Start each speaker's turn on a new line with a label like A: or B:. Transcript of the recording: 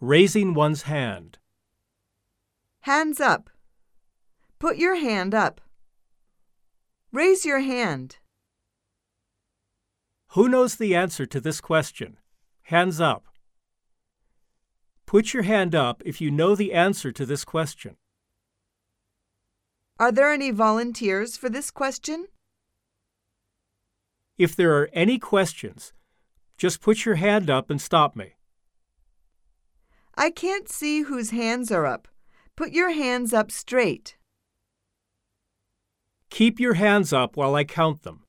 A: Raising one's hand.
B: Hands up. Put your hand up. Raise your hand.
A: Who knows the answer to this question? Hands up. Put your hand up if you know the answer to this question.
B: Are there any volunteers for this question?
A: If there are any questions, just put your hand up and stop me.
B: I can't see whose hands are up. Put your hands up straight.
A: Keep your hands up while I count them.